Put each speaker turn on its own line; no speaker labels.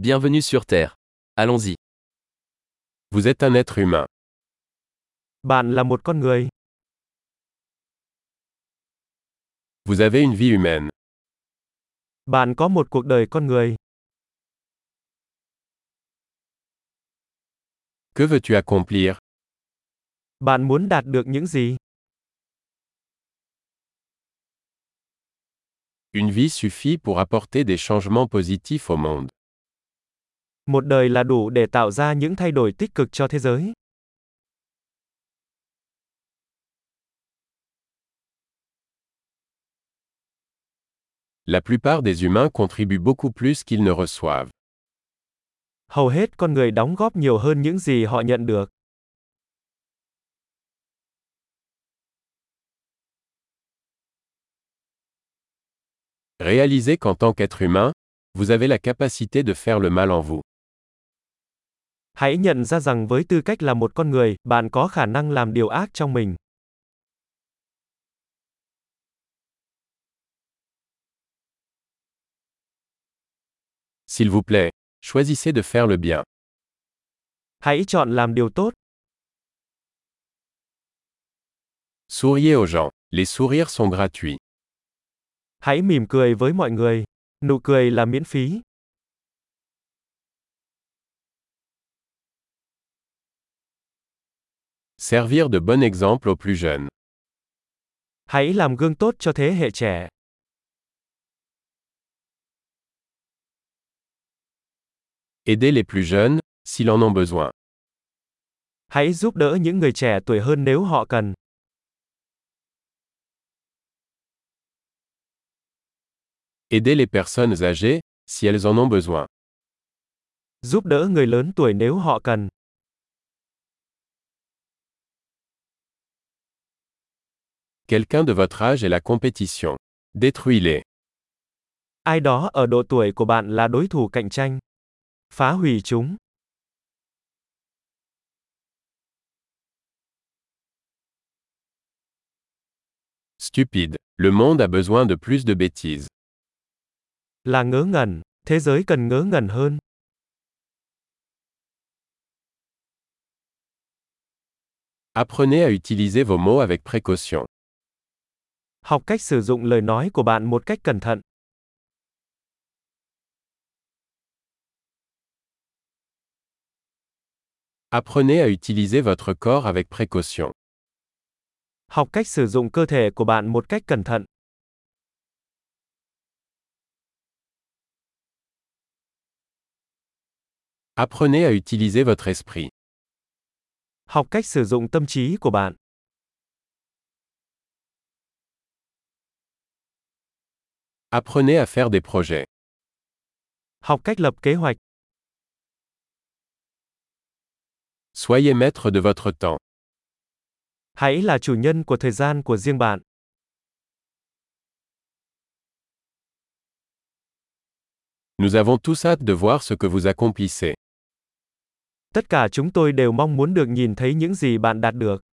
Bienvenue sur Terre. Allons-y.
Vous êtes un être humain.
Bạn là một con người.
Vous avez une vie humaine.
Bạn có một cuộc đời con người.
Que veux-tu accomplir
Bạn muốn đạt được những gì?
Une vie suffit pour apporter des changements positifs au monde.
Một đời là đủ để tạo ra những thay đổi tích cực cho thế giới.
La plupart des humains contribuent beaucoup plus qu'ils ne reçoivent.
Hầu hết con người đóng góp nhiều hơn những gì họ nhận được.
Réalisez qu'en tant qu'être humain, vous avez la capacité de faire le mal en vous.
Hãy nhận ra rằng với tư cách là một con người, bạn có khả năng làm điều ác trong mình.
S'il vous plaît, choisissez de faire le bien.
Hãy chọn làm điều tốt,
Souriez aux gens. Les sourires sont gratuits.
hãy mỉm cười với mọi người. Nụ cười là miễn phí.
Servir de bon exemple aux plus jeunes.
Hãy làm gương tốt cho thế hệ trẻ.
Aidez les plus jeunes, s'ils en ont besoin.
Hãy giúp đỡ những người trẻ tuổi hơn nếu họ cần.
Aidez les personnes âgées, si elles en ont besoin.
Giúp đỡ người lớn tuổi nếu họ cần.
Quelqu'un de votre âge est la compétition. Détruis-les.
Ai đó ở độ tuổi của bạn là đối thủ cạnh tranh. Phá hủy chúng.
Stupide. Le monde a besoin de plus de bêtises.
Là ngớ ngẩn, thế giới cần ngớ ngẩn hơn.
Apprenez à utiliser vos mots avec précaution.
Học cách sử dụng lời nói của bạn một cách cẩn thận.
Apprenez à utiliser votre corps avec précaution.
Học cách sử dụng cơ thể của bạn một cách cẩn thận.
Apprenez à utiliser votre esprit.
Học cách sử dụng tâm trí của bạn.
Apprenez à faire des projets.
Học cách lập kế hoạch.
Soyez maître de votre temps.
Hãy là chủ nhân của thời gian của riêng bạn.
Nous avons tous hâte de voir ce que vous accomplissez.
Tất cả chúng tôi đều mong muốn được nhìn thấy những gì bạn đạt được.